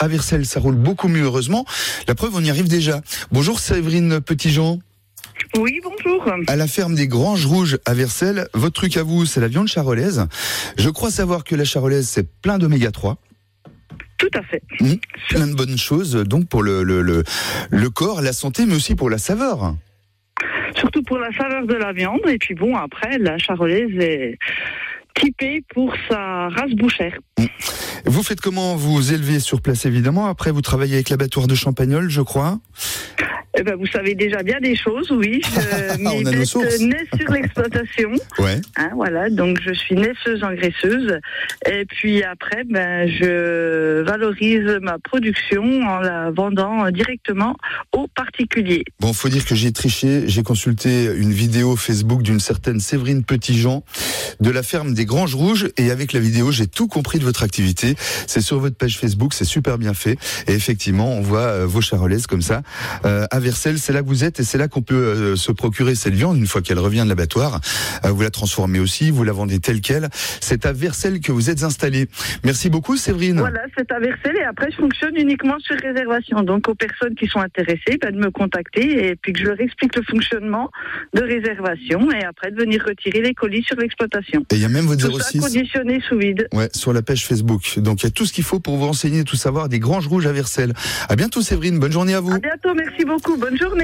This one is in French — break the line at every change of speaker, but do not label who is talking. À Versailles, ça roule beaucoup mieux, heureusement. La preuve, on y arrive déjà. Bonjour Séverine Petitjean.
Oui, bonjour.
À la ferme des Granges Rouges à Versailles, votre truc à vous, c'est la viande charolaise. Je crois savoir que la charolaise, c'est plein d'oméga 3,
Tout à fait.
plein de bonnes choses, donc pour le, le, le, le corps, la santé, mais aussi pour la saveur.
Surtout pour la saveur de la viande. Et puis bon, après, la charolaise est typée pour sa race bouchère.
Vous faites comment Vous élevez sur place, évidemment. Après, vous travaillez avec l'abattoir de Champagnol, je crois.
Eh ben, vous savez déjà bien des choses, oui. Je,
Ah, On a
mes
nos
bêtes
sources.
naissent sur l'exploitation.
Ouais.
Hein, voilà, donc je suis naisseuse engraisseuse. Et puis après, ben, je valorise ma production en la vendant euh, directement aux particuliers.
Bon, faut dire que j'ai triché. J'ai consulté une vidéo Facebook d'une certaine Séverine Petitjean de la ferme des Granges Rouges. Et avec la vidéo, j'ai tout compris de votre activité. C'est sur votre page Facebook. C'est super bien fait. Et effectivement, on voit euh, vos charolaises comme ça. Euh, à Versailles, c'est là que vous êtes et c'est là qu'on peut euh, se procurer cette viande une fois qu'elle revient de l'abattoir. Euh, vous la transformez aussi. Vous la vendez telle qu'elle. C'est à Versailles que vous êtes installé. Merci beaucoup, Séverine.
Voilà, c'est à Versailles et après je fonctionne uniquement sur réservation. Donc aux personnes qui sont intéressées, ben, de me contacter et puis que je leur explique le fonctionnement de réservation et après de venir retirer les colis sur l'exploitation.
Et il y a même votre
Tout ça
06.
conditionné sous vide.
Ouais, sur la page Facebook. Donc il y a tout ce qu'il faut pour vous renseigner, tout savoir des Granges Rouges à Versailles. À bientôt Séverine, bonne journée à vous.
À bientôt, merci beaucoup, bonne journée.